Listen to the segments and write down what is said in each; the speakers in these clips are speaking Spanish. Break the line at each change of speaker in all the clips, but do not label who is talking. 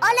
Hola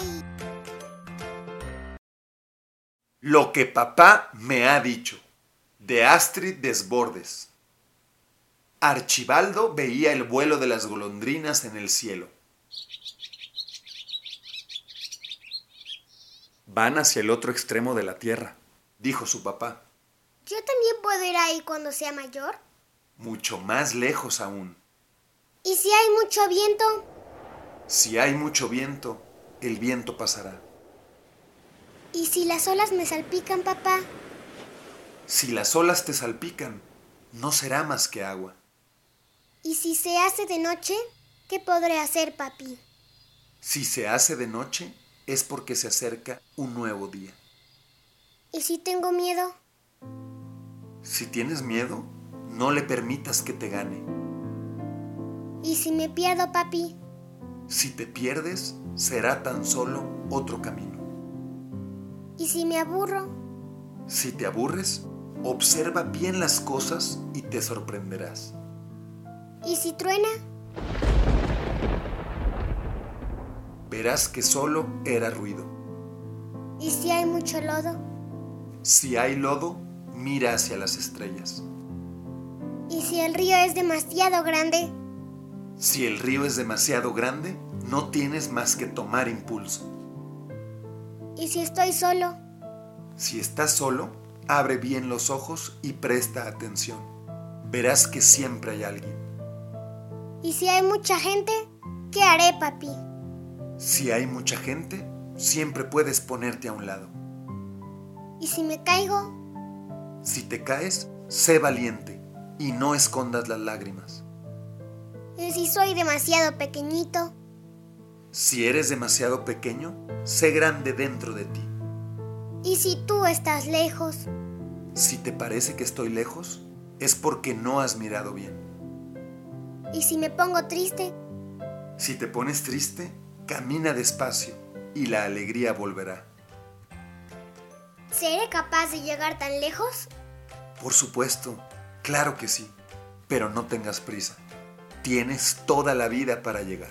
¡Yay!
Lo que papá me ha dicho. De Astrid Desbordes. Archibaldo veía el vuelo de las golondrinas en el cielo. Van hacia el otro extremo de la tierra, dijo su papá,
¿Yo también puedo ir ahí cuando sea mayor?
mucho más lejos aún.
¿Y si hay mucho viento?
Si hay mucho viento, el viento pasará.
¿Y si las olas me salpican, papá?
Si las olas te salpican, no será más que agua.
¿Y si se hace de noche? ¿Qué podré hacer, papi?
Si se hace de noche, es porque se acerca un nuevo día.
¿Y si tengo miedo?
Si tienes miedo, no le permitas que te gane.
¿Y si me pierdo, papi?
Si te pierdes, será tan solo otro camino.
¿Y si me aburro?
Si te aburres, observa bien las cosas y te sorprenderás.
¿Y si truena?
Verás que solo era ruido.
¿Y si hay mucho lodo?
Si hay lodo, mira hacia las estrellas.
¿Y si el río es demasiado grande?
Si el río es demasiado grande, no tienes más que tomar impulso.
¿Y si estoy solo?
Si estás solo, abre bien los ojos y presta atención. Verás que siempre hay alguien.
¿Y si hay mucha gente? ¿Qué haré, papi?
Si hay mucha gente, siempre puedes ponerte a un lado.
¿Y si me caigo?
Si te caes, sé valiente y no escondas las lágrimas.
¿Y si soy demasiado pequeñito?
Si eres demasiado pequeño, sé grande dentro de ti.
¿Y si tú estás lejos?
Si te parece que estoy lejos, es porque no has mirado bien.
¿Y si me pongo triste?
Si te pones triste, camina despacio y la alegría volverá.
¿Seré capaz de llegar tan lejos?
Por supuesto, claro que sí, pero no tengas prisa. Tienes toda la vida para llegar.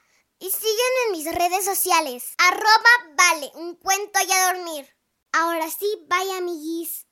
y sígueme en mis redes sociales. Arroba vale, un cuento y a dormir. Ahora sí, bye amiguis.